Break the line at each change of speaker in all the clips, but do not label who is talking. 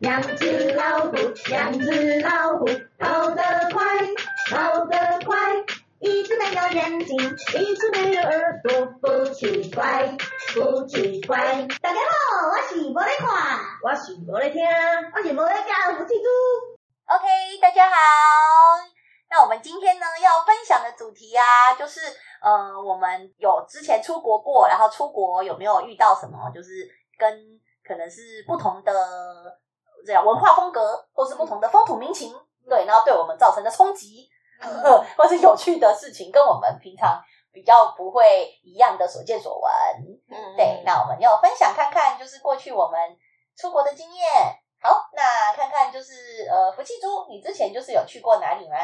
两只老虎，两只老虎，跑得快，跑得快。一只没有眼睛，一只没有耳朵，不奇怪，不奇怪。
大家好，我是无咧看，
我是无咧听，
我是无咧教，我是猪。
OK，大家好。那我们今天呢要分享的主题啊，就是呃，我们有之前出国过，然后出国有没有遇到什么，就是跟可能是不同的这样文化风格，或是不同的风土民情，对，然后对我们造成的冲击，
嗯
呃 或是有趣的事情，跟我们平常比较不会一样的所见所闻。
嗯
对，那我们要分享看看，就是过去我们出国的经验。好，那看看就是呃，福气猪，你之前就是有去过哪里吗？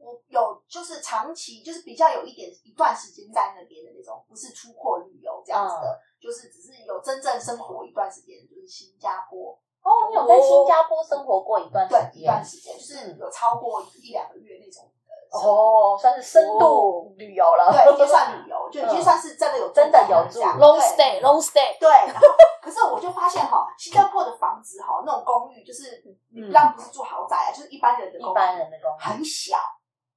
我有就是长期就是比较有一点一段时间在那边的那种，不是出国旅游这样子
嗯
的，就是只是有真正生活一段时间，就是新加坡
哦，你有在新加坡生活过一段时
对一
间
段，时间，就是有超过一两个月那种的生活。
嗯哦，算是深度旅游了，
对，已 经算旅游，就已
嗯
经算是真的有
真的有住
住这样
Long
对
stay, long stay。
对，然后可是我就发现哈，新加坡的房子哈，那种公寓就是，
嗯
那不是住豪宅啊，就是一般人的公寓，
一般人的公寓，
很小，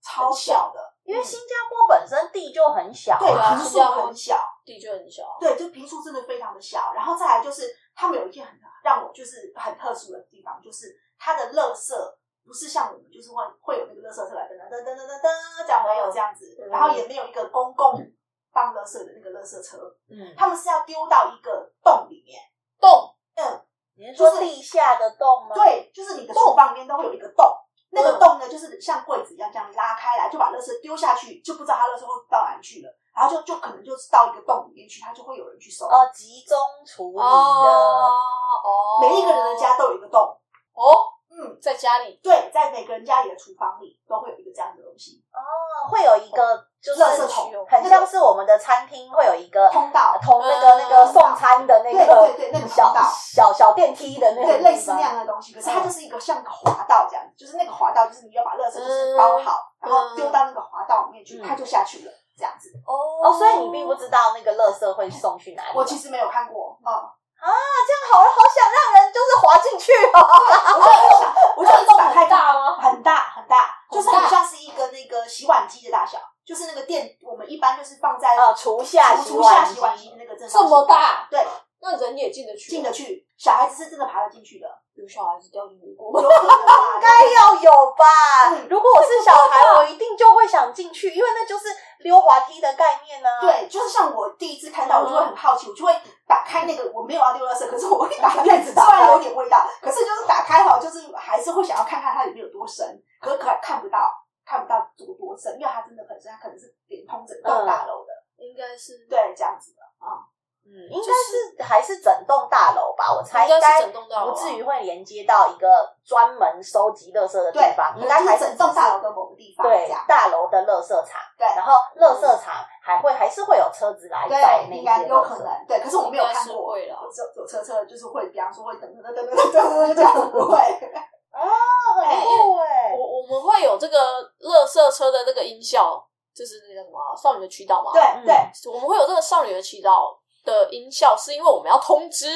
超小的，
因为新加坡本身地就很小
对，
啊，
啊
平
新
数
加坡
很小，
地就很小，
对，就平数真的非常的小。然后再来就是，他们有一件很让我就是很特殊的地方，就是它的垃圾不是像我们就是会会有那个垃圾车来噔噔噔噔噔噔噔这样没有这样子，然后也没有一个公共放垃圾的那个垃圾车，
嗯，
他们是要丢到一个洞里面，
洞
嗯，
你是说
就是
地下的洞吗？，
对，就是你的厨房里面都会有一个洞。那个洞呢，就是像柜子一样这样拉开来，就把垃圾丢下去，就不知道它垃圾会到哪里去了，然后就就可能就是到一个洞里面去，它就会有人去收。
哦，集中处理的，
哦，
每一个人的家都有一个洞，
哦，
嗯，
在家里
对，在每个人家里的厨房里都会有一个这样的东西
哦，会有一个就是
垃圾桶
很像是我们的餐厅会有一个
通道，
同那个那个送餐的那个
对对对那个
小
通道
小小电梯的那个
对，类似那样
的。
的东西。可是它就是一个像个滑道这样，就是那个滑道，就是你要把垃圾就是包好，
嗯
然后丢到那个滑道里面去，
嗯
它就下去了，这样子。
哦
哦，所以你并不知道那个垃圾会送去哪里。
我其实没有看过，嗯，
好了，好想让人就是滑进去 哦。
我就一直打开看，
大吗？
很大很大，就是
很大
很像是一个那个洗碗机的大小，就是那个电，我们一般就是放在
呃，厨下
厨
洗
厨下
碗
洗碗机的那个正
这
方形
么，大，
对，
那人也进得去，
进得，去，小孩子是真的爬得进去的，
有小孩子掉进去过
有可能 啊
应该要有吧
嗯？
如果我是小孩，我一定就会想进去，因为那就是溜滑梯的概念呢。，啊
对，就是像我第一次看到，我就会很好奇，我就会打开那个，我没有要丢垃圾，可是我会打开，虽然有点味道，可是就是打开哈，就是还是会想要看看它里面有多深，可可看不到，看不到有多深，因为它真的本身它可能是连通整栋大楼的，
应该是，
对，这样子的，
嗯，应该是还是整栋大楼吧，我猜
应该是整栋大楼
不
啊，
至于会连接到一个专门收集垃圾的地
对
方，，应
应
该
该
还
是
是
整栋大楼的某个地方这
对
样，
大楼的垃圾场，
对
然后垃圾场还会还是会有车子来载
对，
那
应该
些
有
垃
可
圾。
能，对，可是我没有看
应该是
过。
会啦
有车有车车就是会，比方说会等等等等等等等这样子 会，
哦，很酷哎！
我我们会有这个垃圾车的那个音效，就是那个什么啊少女的祈祷嘛，
对对，
我们会有这个少女的祈祷的音效，是因为我们要通知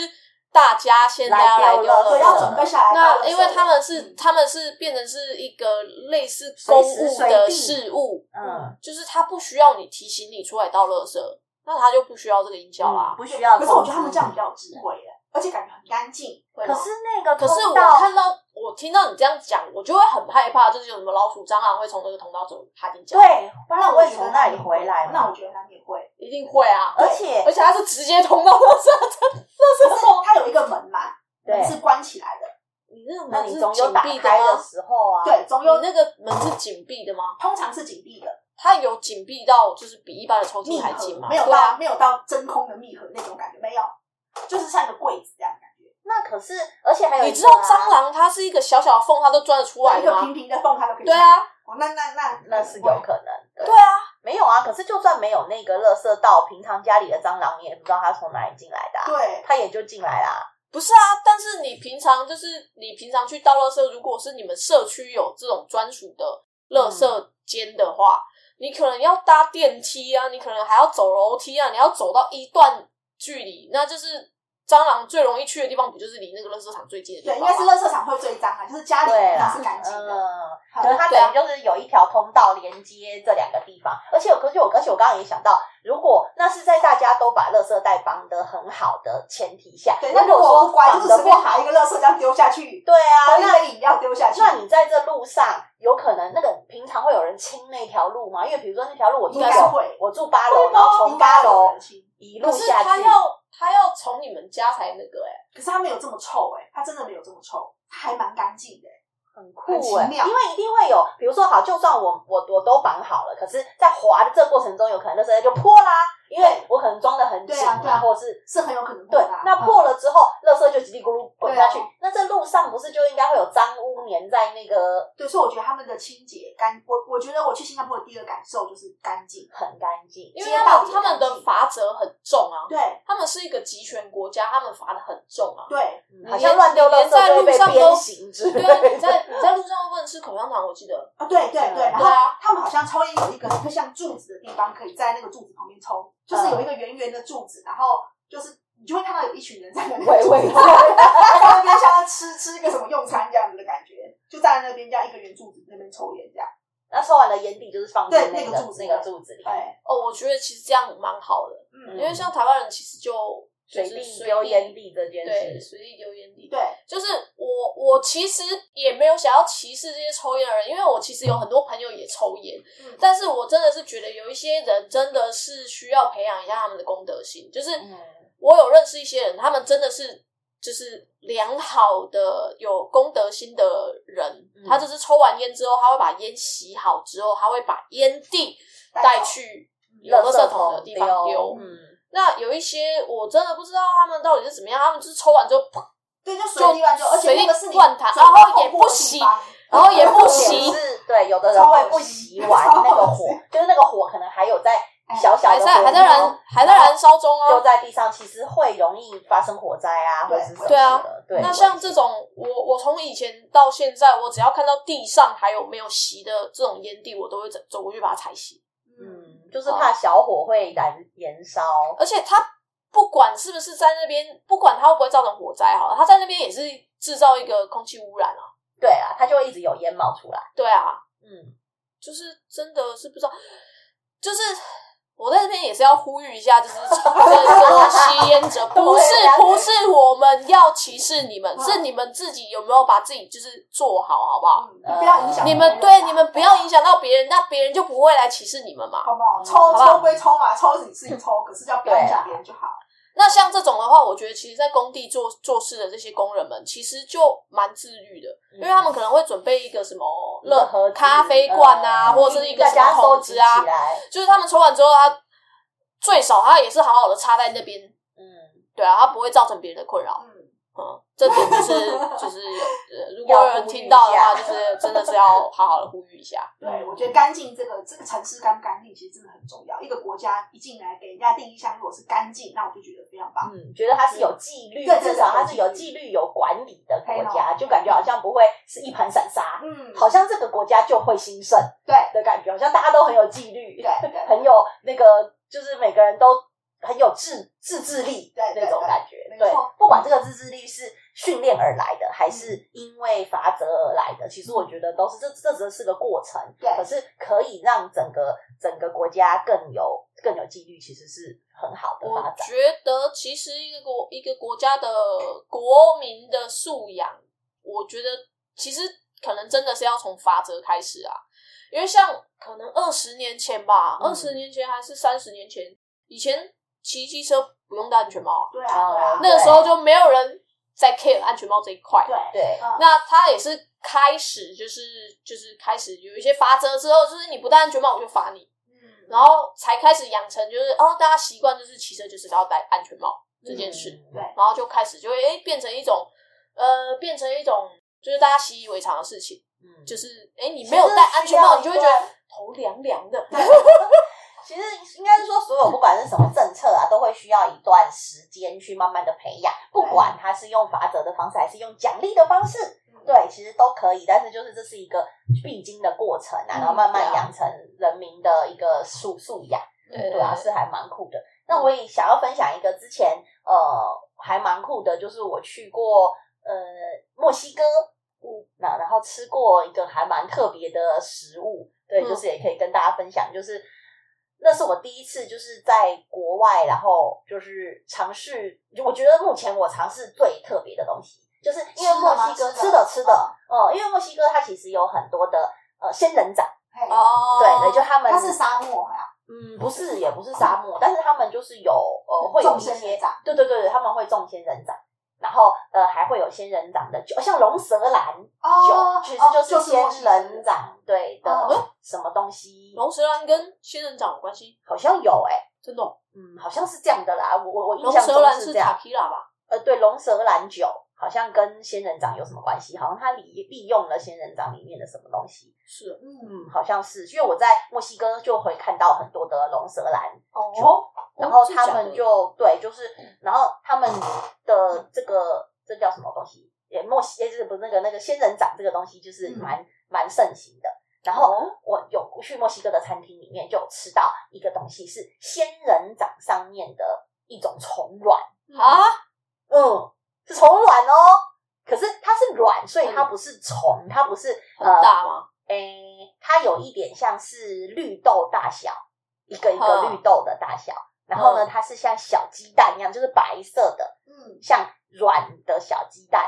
大家现在要来丢
来丢垃圾
所
垃
对
以要
圾。
准备下来到垃圾
那
了。
因为他们是、
嗯
他们是变成是一个类似公务的事物，
嗯，
就是他不需要你提醒你出来倒垃圾，那他就不嗯需要这个音效啦。
不需要。
可是我觉得他们这样比，较有智慧耶，而且感觉很干净。会
可
吗
是那个
嗯可是
通
我
道
看到我听到你这样讲，我就会很害怕，就是有什么老鼠、蟑螂会从这个通道走爬进家，
对，不
那
然
我
我
也
也
觉得
从
那
那
里
里
回
回
来
来
嘛，
嘛。
我觉得难免会，
一定会啊。
而且
而且它是直接通到垃圾车，垃
可
圾
是
桶。
它有一个门 嘛，
对
门，是关起来的，
你那个
那
门
你
是
总有
紧
打
闭
开的
吗？
时候啊，，
对，总
你
有
那个门是紧闭的吗？
通常是紧闭的，
它有紧闭到就是比一般的抽屉
密
还紧
合
吗？
没有
对啊
到没有到真空的密合那种感觉，没有，就是像一个柜子这样的感觉，
那可是而且还有
你
一个
知道
啊
蟑螂它是一个小小的缝，它都钻得出来
一
的
个平
吗？
平的缝它都可以。
对，啊，
哦，那那那
那是有可能的
对。啊，
没有啊，可是就算没有那个垃圾道，平常家里的蟑螂你也不知道它从哪里进来的啊，
对，
它也就进来啦。
不是啊。但是你平常就是你平常去倒垃圾，如果是你们社区有这种专属的垃圾间的话，你可能要搭电梯啊，你可能还要走楼梯啊，你要走到一段距离，那就是蟑螂最容易去的地方，不就是离那个垃圾场最近的
对，
地
应该
方
是
吗？
垃圾场会追蟑螂，就是家里
对
那
啦
是干净的。
嗯。
好
可是它等于就是有一条通道连接这两个地方，而且我可是我，而且我刚刚也想到，如果那是在大家都把垃圾袋绑得很好的前提下，
对，那
如
如
果
果
说
不乖，就
绑
是
得不
随便
好
拿，一个垃圾这样丢下去，
对啊，
一
那
杯饮料丢下去，
那你在这路上有可能那个平常会有人清那条路吗？因为比如说那条路我住
应该
九
会
我住八
会
楼，
吗
然后从八
应该有
楼
人清
一
可
路
是
下
他
去，
要他要从你们家才那个哎、
可是它没有这么臭哎、欸，它真的没有这么臭，它还蛮干净的、欸。
很
很
酷
奇
哎、
妙
因为一定会有，比如说好，就算我我我都绑好了，可是在滑的这过程中，有可能那时候就破啦，因为我可能装的很紧
对啊对啊
或者是
是很有可能
对
会的啊，
那破了之后，垃圾就叽里咕噜滚下去
对啊。
那这路上不是就应该会有脏污粘在那个
对，所以我觉得他们的清洁干，我我觉得我去新加坡的第二感受就是干净。
很干净？
因为
街
他
道
们
也
他们
干
的
净
罚则很重啊，
对
他们是一个集权国家，他们罚的很重啊。
对，
嗯好像乱丢垃圾
在
就
路
会被
上都
鞭刑之
对
类
啊，你
的。
在你在路上问吃口香糖，我记得
啊对对对，
对
然后他们好像抽烟有一个一个像柱子的地方，可以在那个柱子旁边抽，
嗯
就是有一个圆圆的柱子，然后就是你就会看到有一群人在那
喂
边
喂，
在那边像在吃吃一个什么用餐这样子的感觉，就在那边这样一个圆柱子那边抽烟这样。
那抽完了烟蒂就是放进
对
那
那
个
个柱子
那个柱子里，
对，
哦，我觉得其实这样蛮好的，
嗯
因为像台湾人其实就就
随
是
地
随
丢
地
烟蒂这件
对，
事，
随地丢烟蒂。
对，
就是我，我其实也没有想要歧视这些抽烟的人，因为我其实有很多朋友也抽烟，
嗯
但是我真的是觉得有一些人真的是需要培养一下他们的公德心。就是
嗯
我有认识一些人，他们真的是就是良好的有公德心的人，
嗯
他就是抽完烟之后，他会把烟洗好之后，他会把烟蒂带去有垃圾桶的地方丢。
嗯，
那有一些我真的不知道他们到底是怎么样，他们就是抽完之后，砰
对，就随地乱丢，而且那个是你
随地乱弹
走到
然后也
过的
不
地
洗
方
然后也不
重
洗
点，是对，有的人会不洗完那个 火，就是那个火可能还有在
哎
小小
哎还
的
在还在
火苗
燃还在燃烧中
丢
啊。
在地上，其实会容易发生火灾啊，或
对
者是什么
对啊
的。对，
那像这种，我我从以前到现在，我只要看到地上还有没有席的这种烟蒂，我都会走走过去把它踩熄。
嗯，就是怕小火会燃燃烧。
而且它不管是不是在那边，不管它会不会造成火灾，好了，它在那边也是制造一个空气污染啊。
对啊，它就会一直有烟冒出来。
对啊，
嗯，
就是真的是不知道，就是我在这边也是要呼吁一下，就是 就是吸烟者，不是不是我们要歧视你
嗯
们，是你们自己有没有把自己就是做好，好不好？
嗯不要影响
呃
别
你
人
们
啊
对你们不要影响到别人，那别人就不会来歧视你们嘛。
好不好？
好
抽
不好
抽归抽嘛，抽是你自己抽，可是要不要影响别人就好。
那像这种的话，我觉得其实，在工地做做事的这些工人们，其实就蛮自律的，因为他们可能会准备一个什么
嗯一个盒
热
子
咖啡罐啊，
呃
或者是一个
大
什么
家收
桶
集
子啊
起，来。
就是他们抽完之后，他最少他也是好好的插在那边，
嗯，
对啊，他不会造成别人的困扰。
嗯，
嗯，这点就是就是有，呃如果
要
有人
呼吁
听到的
一下
话，就是真的是要好好的呼吁一下。
对，我觉得干净这个这个城市干不干净，其实真的很重要。一个国家一进来给人家定义项，如果是干净，那我就觉得非常棒。
嗯，觉得它是有纪律，
对对对
至少它是有纪律、有管理的国家，就感觉好像不会是一盘散沙，
嗯，
好像这个国家就会兴盛
对
的感觉，好像大家都很有纪律，
对啊对
很有那个，就是每个人都很有自自制力
对对
那种感觉。
对没
对
错，
不管这个自制力是训练而来的，还是
嗯
因为法则而来的，其实我觉得都是这这只是个过程。
对
可是可以让整个整个国家更有更有纪律，其实是很好的
我
发展。
觉得其实一个国一个国家的国民的素养，我觉得其实可能真的是要从法则开始啊，因为像可能二十年前吧，
嗯
二十、年前还是三十年前，以前骑机车不用戴安全帽啊，
对啊对啊，
那个时候就没有人在 care 安全帽这一块。
对
对，
嗯
那他也是开始就是就是开始有一些法则之后，就是你不戴安全帽我就罚你。
嗯
然后才开始养成就是哦，大家习惯就是骑车就是要戴安全帽这件事，
嗯
对
然后就开始就会诶变成一种呃变成一种就是大家习以为常的事情，
嗯，就
就是诶你没有戴安全帽，你就会觉得头凉凉的。
其实应该是说，所有不管是什么政策啊，都会需要一段时间去慢慢的培养。不管它是用法则的方式，还是用奖励的方式，
嗯
对，其实都可以。但是就是这是一个必经的过程啊，
嗯
然后慢慢
对啊
养成人民的一个素素养。
对
啊对啊，是还蛮酷的。那我也想要分享一个之前呃还蛮酷的，就是我去过呃墨西哥，嗯，那然后吃过一个还蛮特别的食物，对，
嗯
就是也可以跟大家分享，就是那是我第一次就是在国外，然后就是尝试，我觉得目前我尝试最特别的东西，就是因为
吃的
墨
吗
西哥
吃的
吃的吃的，哦、因为墨西哥它其实有很多的呃仙人掌，
嘿，
哦，
对对，就他们
它是沙漠啊，
嗯，不是，也不是沙漠，但是他们就是有呃，会有
种
一
仙
些
人，掌，
对对对对，他们会种仙人掌，然后呃还会有仙人掌的酒，像龙舌兰酒，
哦，
其实
哦
就是仙
墨西哥
人掌对的、
哦
什么东西，
龙舌兰跟仙人掌有关系，
好像有哎、
真的哦。
嗯，好像是这样的啦，我我我印
龙
象
舌
中
兰
这
塔
样，
皮拉吧？
呃，对，龙舌兰酒好像跟仙人掌有什么关系？好像它利利用了仙人掌里面的什么东西，
是哦，
嗯，
嗯，好像是，因为我在墨西哥就会看到很多的龙舌兰
哦，
然后
是
他
假
们
的
就对，就是然后他们的这个这叫什么东西？也墨西，也就是不是那个那个仙人掌这个东西，就是
嗯
蛮、蛮盛行的。然
哦
后我有去墨西哥的餐厅里面就有吃到一个东西，是仙人掌上面的一种虫卵，
啊，
嗯，是虫卵哦。可是它是卵，所以它不是虫，它不是
很
呃
哦大吗？
诶，它有一点像是绿豆大小，一个一个
嗯
绿豆的大小。然后呢，
嗯
它是像小鸡蛋一样，就是白色的，
嗯，
像卵的小鸡蛋，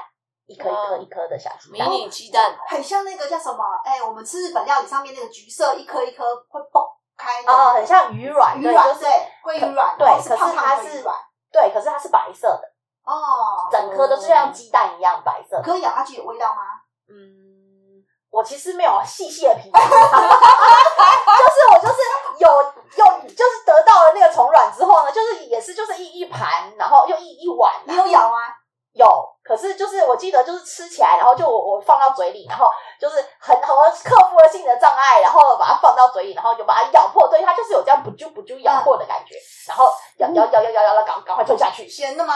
一颗一颗
嗯
一颗的小鸡
迷
蛋。
你鸡蛋，
很像那个叫什么？哎，我们吃日本料理上面那个橘色一颗一颗会爆开的
哦，很像鱼卵，
鱼
对，
卵
就是
对，会鱼卵，
对
然后是
可是
胖
它
胖的
是
鱼卵
对，可是它是白色的，
哦，
整颗都是像鸡蛋一样白色的。
可以咬下去有味道吗？
嗯，我其实没有细细的品尝， 就是我就是有有就是得到了那个虫卵之后呢，就是也是就是一一盘，然后又一一碗，
你有咬吗？
有，可是就是我记得就是吃起来，然后就我我放到嘴里，然后就是很我克服了心理的障碍，然后把它放到嘴里，然后就把它咬破，对，它就是有这样不啾不啾咬破的感觉，然后咬咬咬咬咬咬咬，赶赶快吞下去，
咸的吗？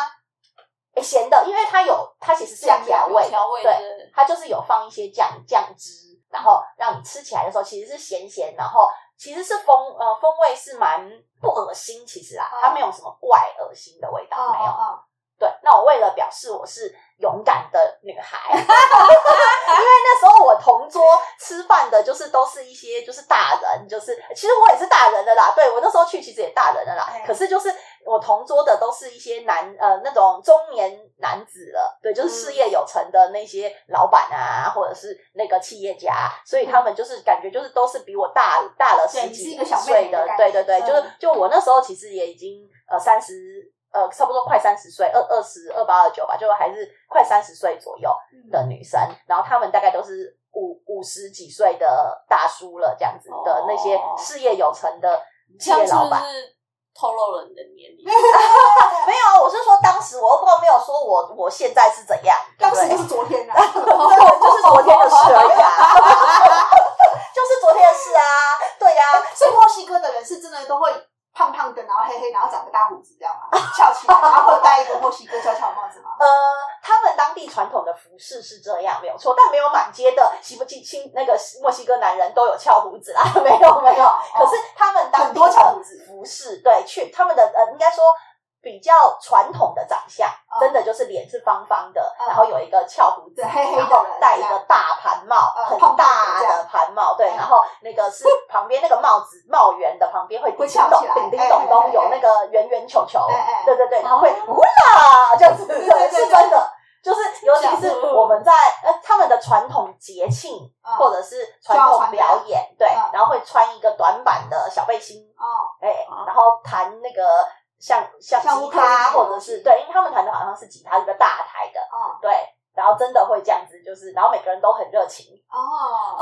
诶咸的，因为它有它其实是有调味的，
调味
对，
对，
它就是有放一些酱酱汁，然后让你吃起来的时候其实是咸咸，然后其实是风呃风味是蛮不恶心，其实啊，它没有什么怪恶心的味道，
哦
没有。
哦
对，那我为了表示我是勇敢的女 孩，因为那时候我同桌吃饭的，就是都是一些就是大人，就是其实我也是大人的啦。对我那时候去其实也大人的啦
哎，
可是就是我同桌的都是一些男呃那种中年男子了，对，就是
嗯
事业有成的那些老板啊，或者是那个企业家，所以他们就是感觉就是都是比我大大了
嗯对
十
你是
几
一个小妹
岁
妹的
的，
感
对
觉
对对，
嗯
就是就我那时候其实也已经呃三十呃差不多快三十岁，二二十二八二九吧，就还是快三十岁左右
嗯
的女生，
嗯
然后他们大概都是五五十几岁的大叔了，这样子
哦
的那些事业有成的企
这样
业
是
老
不
板。
是透露了你的年龄？
没有啊，我是说当时我又没有说我我现在是怎样，对
当
不
时
对？
就是昨天啊
对
的，
就是昨天的事而已啊， 就是昨天的事啊，对呀、
所以墨西哥的人是真的都会胖胖的，然后黑黑，然后长个大胡子，这样吗？翘起来，然后会戴一个墨西哥小小帽子吗？
呃，他们当地传统的服饰是这样，没有错，但没有满街的西不西西那个墨西哥男人都有翘胡子啦， 没有没有。可是他们当
哦很
地
多翘
的
胡子
服饰，对，去他们的呃，应该说比较传统的长相，
哦
真的就是脸是方方的，
嗯
然后有一个翘胡子，
对黑黑的
然后戴一
这
个
样
大盘帽，
嗯
很
胖胖的
大
这
的
样
盘帽，对，
嗯
然后那个是旁边那个帽子帽圆的旁边会
会
叮叮
翘
咚
起来
叮叮
哎
咚
哎
咚
哎
有
哎
那个圆圆球球
哎哎，
对对对，然后会
哦
呼啦这样子，
对对对
是
对
真的。就是尤其
假
是
的
我们在呃他们的传统节庆
嗯
或者是传
需要
统
穿
表演，对
嗯，
然后会穿一个短版的小背心，
哦，
哎
啊，
然后弹那个像像
像
吉
乌克丽
他
丽的
或者
东
是
西
对，因为他们弹的好像是吉他，是个大台的，
哦，
对，然后真的会这样子，就是然后每个人都很热情，
哦，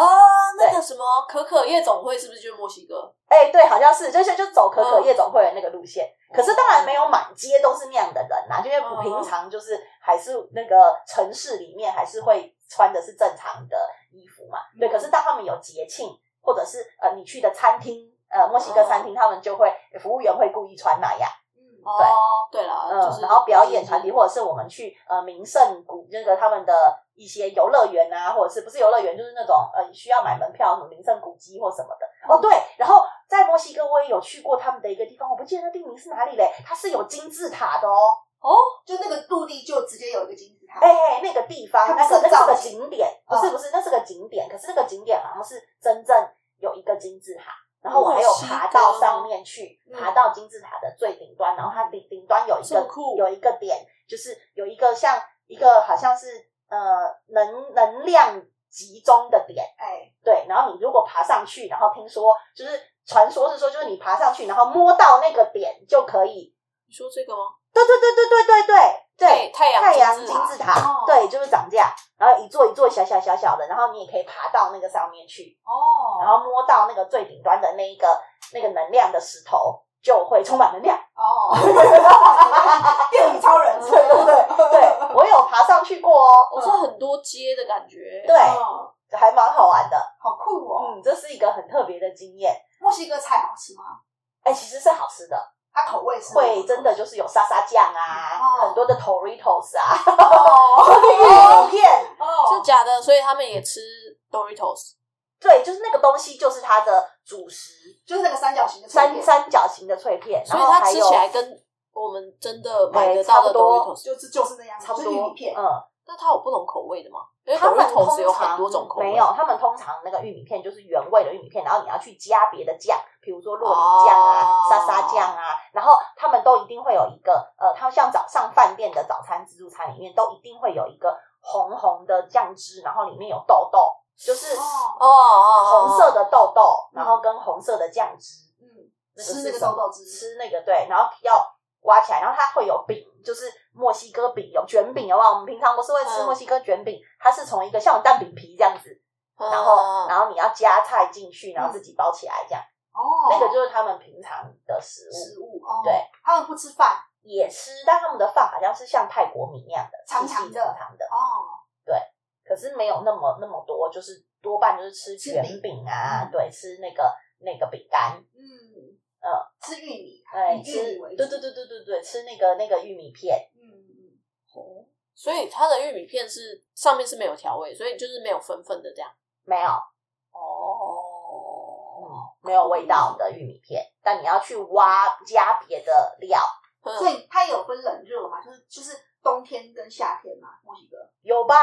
哦，那个什么可可夜总会是不是就是墨西哥？
哎、对，好像是，就是就走可可
嗯
夜总会的那个路线。
哦
可是当然没有满街都是那样的人啦、就因为我平常就是还是那个城市里面还是会穿的是正常的衣服嘛。
嗯
对，可是当他们有节庆，或者是呃你去的餐厅，呃墨西哥餐厅，他们就会呃服务员会故意穿那样，
嗯，
哦，对了，
嗯、
就是
然后表演团体，或者是我们去呃名胜古那个他们的一些游乐园啊，或者是不是游乐园，就是那种呃需要买门票什么名胜古迹或什么的。哦，对，然后在墨西哥我也有去过他们的一个地方，我不记得那地名是哪里嘞，它是有金字塔的哦，
哦，
就那个陆地就直接有一个金字塔。
哎、哎，那个地方，
它
那
不是
个那
造
是个
景
景点，不是不是，那是个景点，可是那个景点好像是真正有一个金字塔，然后我还有爬
墨
到
西哥
上面去，
嗯
爬到金字塔的最顶端，然后它顶顶端有一
这么
个
酷
有一个点，就是有一个像一个好像是呃能能量集中的点，
哎，
对，然后你如果爬上去，然后听说就是传说是说，就是你爬上去，然后摸到那个点就可以，
你说这个吗？
对对对对对对对对，
太阳
太阳
金
金
字塔
字塔
哦，
对，就是长这样，然后一座一座小小小小的，然后你也可以爬到那个上面去，
哦
然后摸到那个最顶端的那一个那个能量的石头，就会充满能量。
哦，电影超人，
对对对对，我有爬上去过哦，
我说很多阶的感觉，
对
哦
还蛮好玩的。
好酷哦！
嗯，这是一个很特别的经验。
墨西哥菜好吃吗？
哎，其实是好吃的，
它口味是
会真的就是有沙沙酱啊，
哦
很多的 Doritos 啊，
哦
薯片，
是
哦，
假的，所以他们也吃 Doritos。
对，就是那个东西就是它的主食，
就是那个三角形的脆
三
片
三角形的脆片，
所以
然后
它
还
吃
有
起来跟我们真的买
哎
得到
差
的
不多
Doritos，
就是就是那样，
差不
就是玉
多
米片，
嗯，
那它有不同口味的吗？因为
他们
Doritos 有
通
很
常
多种口味，
没有，他们通常那个玉米片就是原味的玉米片，然后你要去加别的酱，比如说洛梨酱啊
哦、
沙沙酱啊，然后他们都一定会有一个呃，他们像早上饭店的早餐自助餐里面都一定会有一个红红的酱汁，然后里面有豆豆，就是
哦，
哦哦，哦
红色
哦
的豆豆，
嗯
然后跟红色的酱汁。
嗯，
那
吃
是
那个
什么
豆豆汁
吃那个对，然后要挖起来，然后它会有饼，就是墨西哥饼，有卷饼，有没有？我们平常不是会吃
嗯
墨西哥卷饼，它是从一个像蛋饼皮这样子，
哦
嗯
然后
嗯嗯
然后你要加菜进去，然后自己包起来这样，
哦，
那个就是他们平常的食物。
食物哦，
对，
他们不吃饭
也吃，但他们的饭好像是像泰国米那样的，细
长
细
长的
长长的，
哦，
可是没有那么那么多，就是多半就是吃
吃
卷
饼
饼啊，
嗯
对，吃那个那个饼干，
嗯，
呃，
吃玉米，
哎，
以
吃
玉米为主
对对对对对对，吃那个那个玉米片，
嗯，
哦所以它的玉米片是上面是没有调味，所以就是没有粉粉的这样。
没有。
哦，
没有味道的玉米片，但你要去挖加别的料，
嗯
嗯所以它也有分冷热嘛，就是就是冬天跟夏天嘛，墨西哥，
有吧？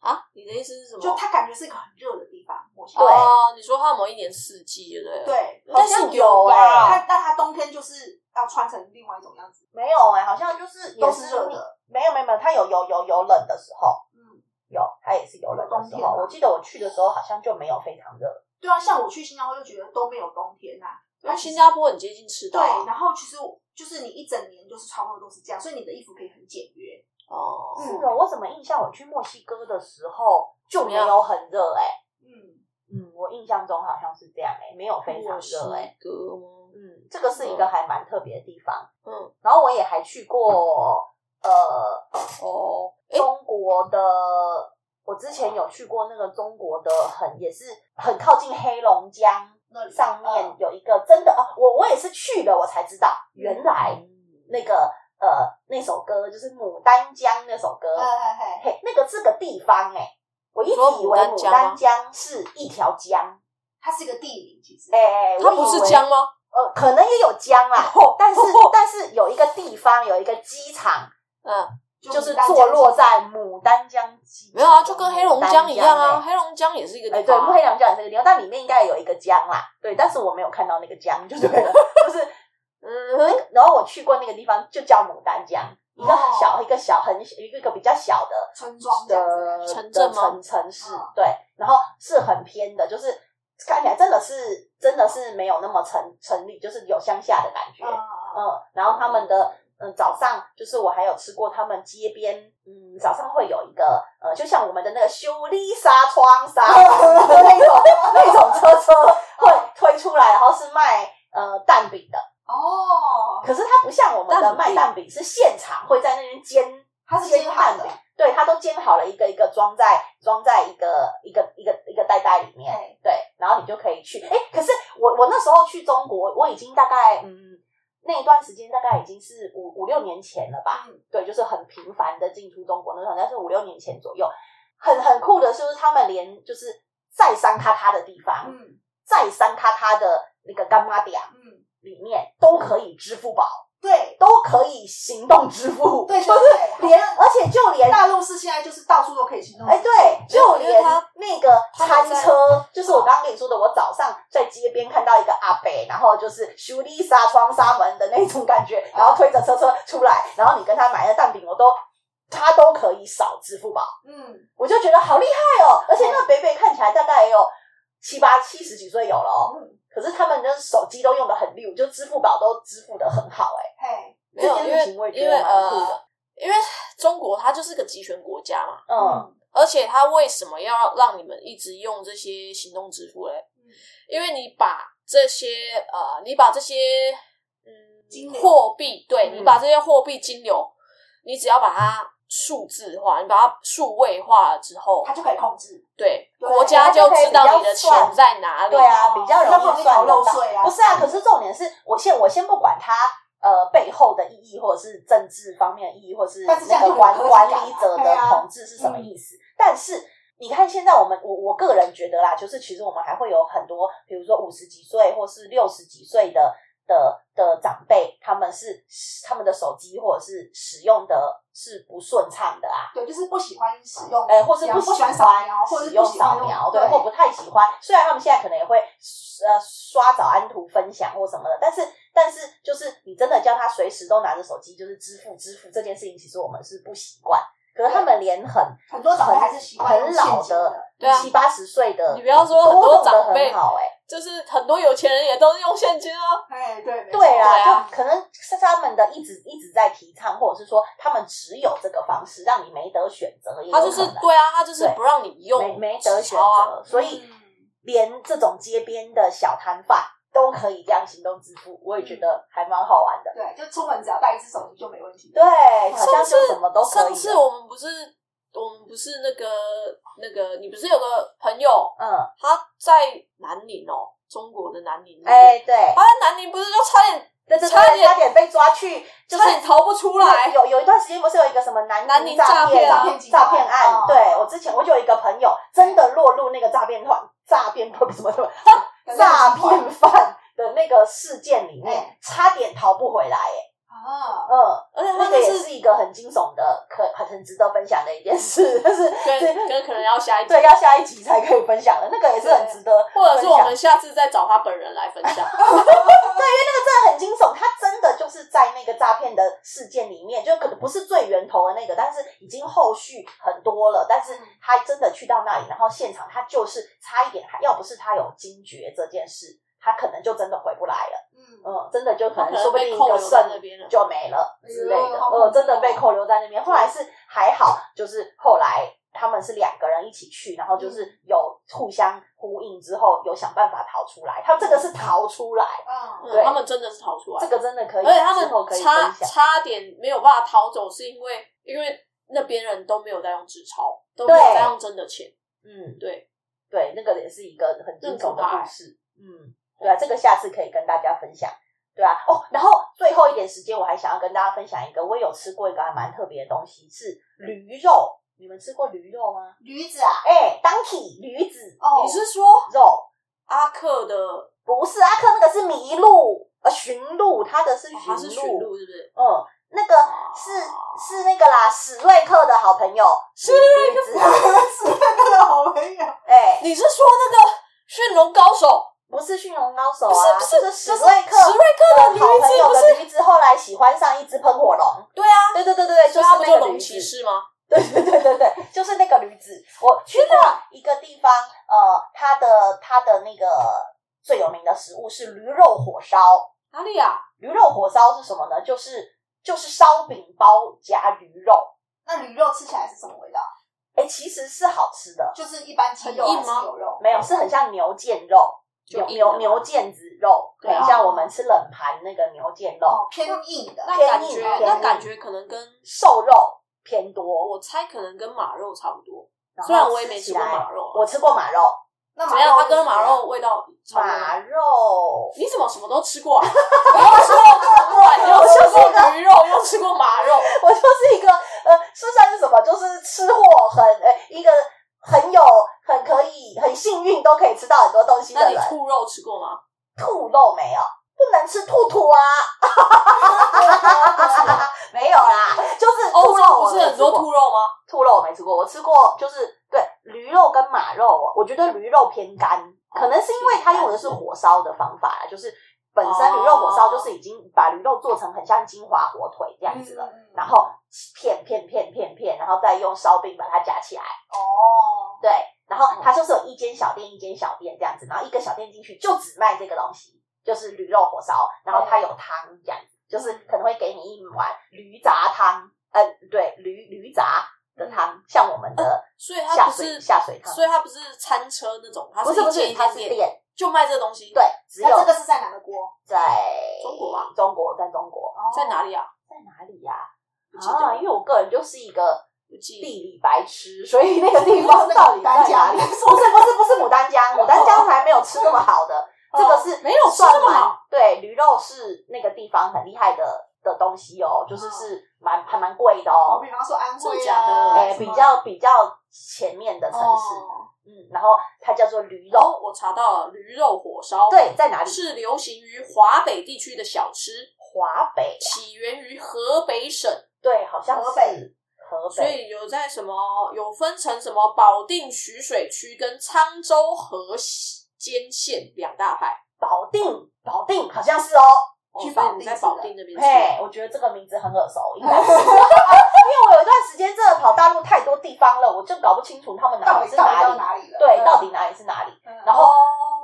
啊，你的意思是什么？
就它感觉是一个很热的地方，墨西哥，
哦，你说它有没有一年四季，对不啊对？，
对，
应该
好
是
像有哦欸
吧？
它那它冬天就是要穿成另外一种样子，
没有哎、好像就是
都
也
是热的，
没有没有没有，它有有有有冷的时候，
嗯，
有它也是有冷的时
冬天
候。啊
吗
我记得我去的时候好像就没有非常热，
对啊，像我去新加坡就觉得都没有冬天啊呐，
那新加坡很接近赤道
对，
啊。
然后其实就是你一整年就是差不多都是这样，所以你的衣服可以很简约，
哦，
是
嗯
哦。我怎么印象我去墨西哥的时候就没
怎么
有很热哎、
嗯，
嗯，我印象中好像是这样哎、没有非常
墨西
热哎、
哥吗？
嗯，这个是一个还蛮特别的地方。
嗯，
然后我也还去过呃
哦，哎，
中国的，我之前有去过那个中国的很也是很靠近黑龙江
那里
上面
嗯
有一个真的啊，我我也是去了我才知道，
嗯
原来那个呃那首歌就是《牡丹江》那首歌，
嘿嘿嘿，
嘿，那个是个地方哎、我一
你嗯说
直以为
牡丹
牡
江吗
丹江是一条江，
它是一个地名，其实，
哎、哎
它
我
不
以
是
为
江哦吗？
呃，可能也有江啦，但是但是有一个地方有一个机场，
嗯，
就是坐落在牡丹江机场
没有啊，就跟黑龙江一样
牡丹江
啊，
欸。
黑龙江也是一个
哎、
地
对，
方
不
啊。
黑龙江也是个地方，但里面应该有一个江啦。对，但是我没有看到那个江，就对了。就是，
嗯，
然后我去过那个地方，就叫牡丹江，一个很小，一个小很一个比较小的
村哦庄这样子
的
城镇
的
吗
城城市
嗯，
对，然后是很偏的，就是看起来真的是真的是没有那么城城里，就是有乡下的感觉。
嗯嗯
嗯，然后他们的嗯早上就是我还有吃过他们街边嗯早上会有一个呃就像我们的那个修理纱窗 纱的那种那种车车会
哦
推出来，然后是卖呃蛋饼的，
哦，
可是它不像我们的
蛋
卖
饼
蛋饼是现场会在那边煎。
它是煎好
蛋
的
饼，对，它都煎好了一个一个装在装在一个一个一个一个袋袋里面，
对
对，然后你就可以去。哎，可是我我那时候去中国，我已经大概嗯那一段时间大概已经是五五六年前了吧，
嗯
对，就是很频繁的进出中国那时候，但是五六年前左右，很很酷的是，就是他们连就是再三咔咔的地方，
嗯
再三咔咔的那个干妈店
嗯，
里面都可以支付宝，
对
都可以行动支付，
对
就
对
是
对
连，而且就连
大陆是现在就是到处都可以行动。
哎，对，就
因为
连
他
那个
他们
餐
在
车，就是我刚刚跟你说的，我早上在街边看到一个阿伯，然后就是修理纱窗纱门的那种感觉，然后推着车车出来，然后你跟他买的蛋饼，我都他都可以扫支付宝，
嗯，
我就觉得好厉害哦！而且那个北北看起来大概也有七八七十几岁有了哦，
嗯
可是他们的手机都用的很溜，就支付宝都支付的很好哎、
嘿，
没有，
这
因
件事情我
为
也觉
因
得
为
蛮酷的
呃，因为中国它就是个集权国家嘛，
嗯，
而且它为什么要让你们一直用这些行动支付嘞？
嗯
因为你把这些呃，你把这些
金
嗯
流
货币，对
嗯
你把这些货币金流，你只要把它数字化，你把它数位化了之后
他，就可以控制。
对
对
国家
它就
就
可以
知道你
比较
的
算
钱在哪里。
对啊，比较
那不
容易
容易
算
逃
得到
漏。税啊？
不是啊，可是重点是我先我先不管它呃背后的意义，或者是政治方面的意义，或是
但是这
那
样
个
就
管
有科技
管
感
理
啊
者
对
的
啊
统治是什么意思。但是你看，现在我们我我个人觉得啦，就是其实我们还会有很多，比如说五十几岁或是六十几岁的的的长辈，他们是他们的手机或者是使用的是不顺畅的啊。
对，就是不喜欢使用，
哎，或是
不
喜
喜欢
欢
扫描，或者
使
是不
用
喜欢
扫
用
描，
对
对，，或不太喜欢。虽然他们现在可能也会呃刷早安图分享或什么的，但是但是就是你真的叫他随时都拿着手机就是支付支付这件事情，其实我们是不习惯。可是他们连很
很多长辈还是习惯用
很老
现金的。
对啊
七八十岁的，
你不要说很
都
多
用得
长辈
很好哎、
就是很多有钱人也都是用现金啊。
哎，对，没错
对
对
啦
啊，
就可能是他们的一直一直在提倡，或者是说他们只有这个方式，让你没得选择，也有
他就是
可能
对啊，他就是
对
不让你用
没没得
纸
选
钞啊。
择，所以连这种街边的小摊贩都可以这样行动支付，我也觉得还蛮好玩的。
对，就出门只要带一只手机就没问题。
对，好像
上
是
次
什么都可
上
以
次
的。
我们不是我们不是那个那个，你不是有个朋友
嗯，
他在南宁哦，中国的南宁。
哎，对，
他在南宁不是就差点
对对对，
差点
差点被抓去，就
差点
是
逃不出来。
有有一段时间不是有一个什么南
南
宁
宁
诈
诈
骗
骗啊
诈骗案
哦？
对我之前我就有一个朋友真的落入那个诈骗团诈骗团什么什么
但是
诈
很奇怪
骗犯的那个事件里面
嗯
哎，
差点逃不回来。哎，
啊，
嗯。
而且
那
他
个
就
也
是
是一个很惊悚的，可很值得分享的一件事， 但是
跟
对
跟可能要下一集
对，要下一集才可以分享的，那个也是很值得分享，
或者是我们下次再找他本人来分享。
哎真的很惊悚，他真的就是在那个诈骗的事件里面，就可能不是最源头的那个，但是已经后续很多了，但是
嗯
他真的去到那里，然后现场他就是差一点，还要不是他有惊觉这件事，他可能就真的回不来了，
嗯，
嗯，真的就可
哦他可
能
能
说不
被
定一
扣
个
留在
肾
那边了
就没了之类
哎
的，
呦好恐怖
呃，
哦
真的被扣留在那边。后来是还好，就是后来他们是两个人一起去，然后
嗯
就是有互相呼应之后，有想办法逃出来。他们这个是逃出来，
嗯，
对
嗯，他们真的是逃出来
这，个真的可以，
而且他
之后可
们
以分
差
享。
差点没有办法逃走，是因为因为那边人都没有在用纸钞，都没有
对
在用真的钱。
嗯，
对，
对，那个也是一个很惊悚的
那很可
故
怕
事。嗯，对啊，这个下次可以跟大家分享。对啊，哦，然后最后一点时间，我还想要跟大家分享一个，我有吃过一个还蛮特别的东西，是驴肉。你们吃过驴肉吗？
驴子啊，
哎、当体驴子
哦
你是说
肉，
阿克的哦
不是阿克那个是麋鹿，呃，驯鹿，它的是驯
哦他是驯
鹿，
鹿哦是不是？
嗯，那个是是那个啦，史瑞克的好朋友，
史瑞
克，
是那个 好朋友，
哎、
你是说那个驯龙高手？
不是驯龙高手
不
啊，
是不，
就是史
就是
瑞克
史瑞克的
的
驴
好朋
子
友
不是？
的驴子，后来喜欢上一只喷火龙，
对啊，
对对对对对，就
所以
是
他不
那
就
个
龙
驴
骑
子，
士吗？
对 对对对对，就是那个驴子。我去过一个地方，呃，它的它的那个最有名的食物是驴肉火烧。
哪里啊？
驴肉火烧是什么呢？就是就是烧饼包夹驴肉，
那驴肉吃起来是什么味道？
哎、其实是好吃的，
就是一般鸡肉
很
还
硬
是
吗
牛肉？
没有是很像牛腱肉，
就
牛
硬
牛
的
牛腱子肉，
对啊
很像我们吃冷盘那个牛腱肉，
哦，偏硬的。
那
偏
感
硬
觉
偏
那
硬
感觉可能跟
瘦肉偏多。
我猜可能跟马肉差不多，
然后
虽然我也没
吃
吃
起
过
来
马肉啊，
我吃过马肉，
那
怎么样？
马肉
它
是
跟马
怎么
肉
样
味道差不多吗
马肉
你怎么什么都吃过啊？然后吃过肠管，又吃过驴肉，又吃过马肉，
我就是一个呃，吃算是什么？就是吃货很呃一个很有很可以很幸运都可以吃到很多东西
那
的
你
人。
兔肉吃过吗？
兔肉没有，不能吃兔兔啊， 没有啦，就是兔
欧
肉
洲
哦我
不是
没
很
吃过
多兔肉吗？
兔肉我没吃过，我吃过就是对驴肉跟马肉，我觉得驴肉偏干，可能是因为它哦用的是火烧的方法啦，就是本身驴肉火烧就是已经把驴肉做成很像金华火腿这样子了，
嗯
然后片片片片片，然后再用烧饼把它夹起来，
哦，
对，然后它就是有一间小店一间小店这样子，然后一个小店进去就只卖这个东西，就是驴肉火烧，然后它有汤这样子，就是可能会给你一碗驴杂汤，呃，对，驴驴杂的汤，像我们的
所以嗯它
下
不
水
是，
下水汤，
所以它不是餐车那种，它
不是不
一
是
间一
它是
间
店，
就卖这个东西。
对，只有
那这个是在哪个锅？
在
中国吧？
中国在中国
哦
在哪里啊？
在哪里呀？
不记得
啊，因为我个人就是一个
不
地
记得。
理白痴，所以那个地方到底在哪里？
不
不
是那个牡丹江
是不是不是牡丹江，牡丹江还没有吃那么好的，这个是
没有吃
算
那么
蛮
好
对驴肉是那个地方很厉害的的东西哦，就是是蛮还蛮贵的哦，
哦，比方说安
真
徽
的假
啊，
的
哎，
什么
比较比较前面的城市，
哦
嗯，然后它叫做驴
然
肉，
后我查到了驴肉火烧，，
对，在哪里？
哦是流行于华北地区的小吃，
华北，
起源于河北省，
对，好像是
河北，
河
所
北，
以有在什么有分成什么保定徐水区跟沧州河间县两大派。
保定，保定好像是哦，
哦
去
所以
保
你
定
在
吃
保
的
定那边吃
嘿，我觉得这个名字很耳 熟，应该是。因为我有一段时间真的跑大陆太多地方了，我就搞不清楚他们哪
到
里
底
是
到底
哪
到
里。
哪里 了？
对，
嗯
到底哪里是哪里？
嗯
然后
哦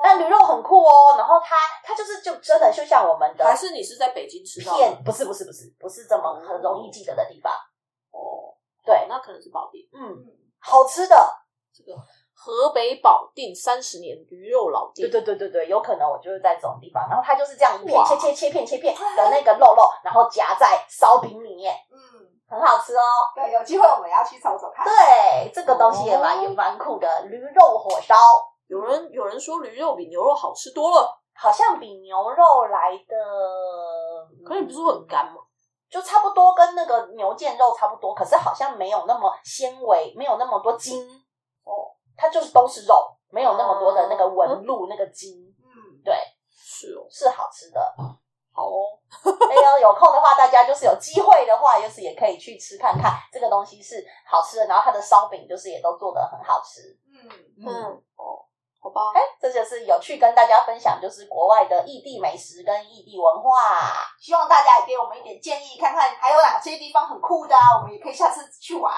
那驴肉很酷哦，然后它它就是就真的就像我们的
哦还是你是在北京吃到的？
片，不是不是不是不是这么很容易记得的地方。
哦，
对，
那可能是保定。
嗯，
嗯
好吃的，
这个河北保定三十年驴肉老
对
店，
对对对对，有可能我就是在这种地方。然后它就是这样一片
哇
切切切片切片的那个肉肉，然后夹在烧饼里面，
嗯，
很好吃哦。
对，有机会我们要去走走 看。
对，这个东西也蛮
哦
也蛮酷的，驴肉火烧
有人有人说驴肉比牛肉好吃多了，
好像比牛肉来的，
可是你不是说很，干吗？
就差不多跟那个牛腱肉差不多，可是好像没有那么纤维，没有那么多筋哦，它就是都是肉，没有那么多的那个纹路、那个筋，
嗯，
对，
是哦，
是好吃的。
好哦，
哎呦，有空的话，大家就是有机会的话，就是也可以去吃看看，这个东西是好吃的，然后它的烧饼就是也都做的很好吃。
嗯，
嗯，哦，好吧，
哎，这就是有趣跟大家分享，就是国外的异地美食跟异地文化。
希望大家也给我们一点建议，看看还有哪些地方很酷的啊，我们也可以下次去玩。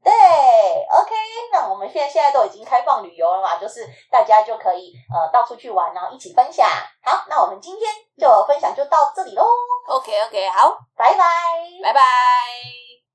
对，OK，那我们现在现在都已经开放旅游了嘛，就是大家就可以呃到处去玩，然后一起分享。好，那我们今天就分享就到这里喽，
，OK OK，好，
拜拜。
拜拜。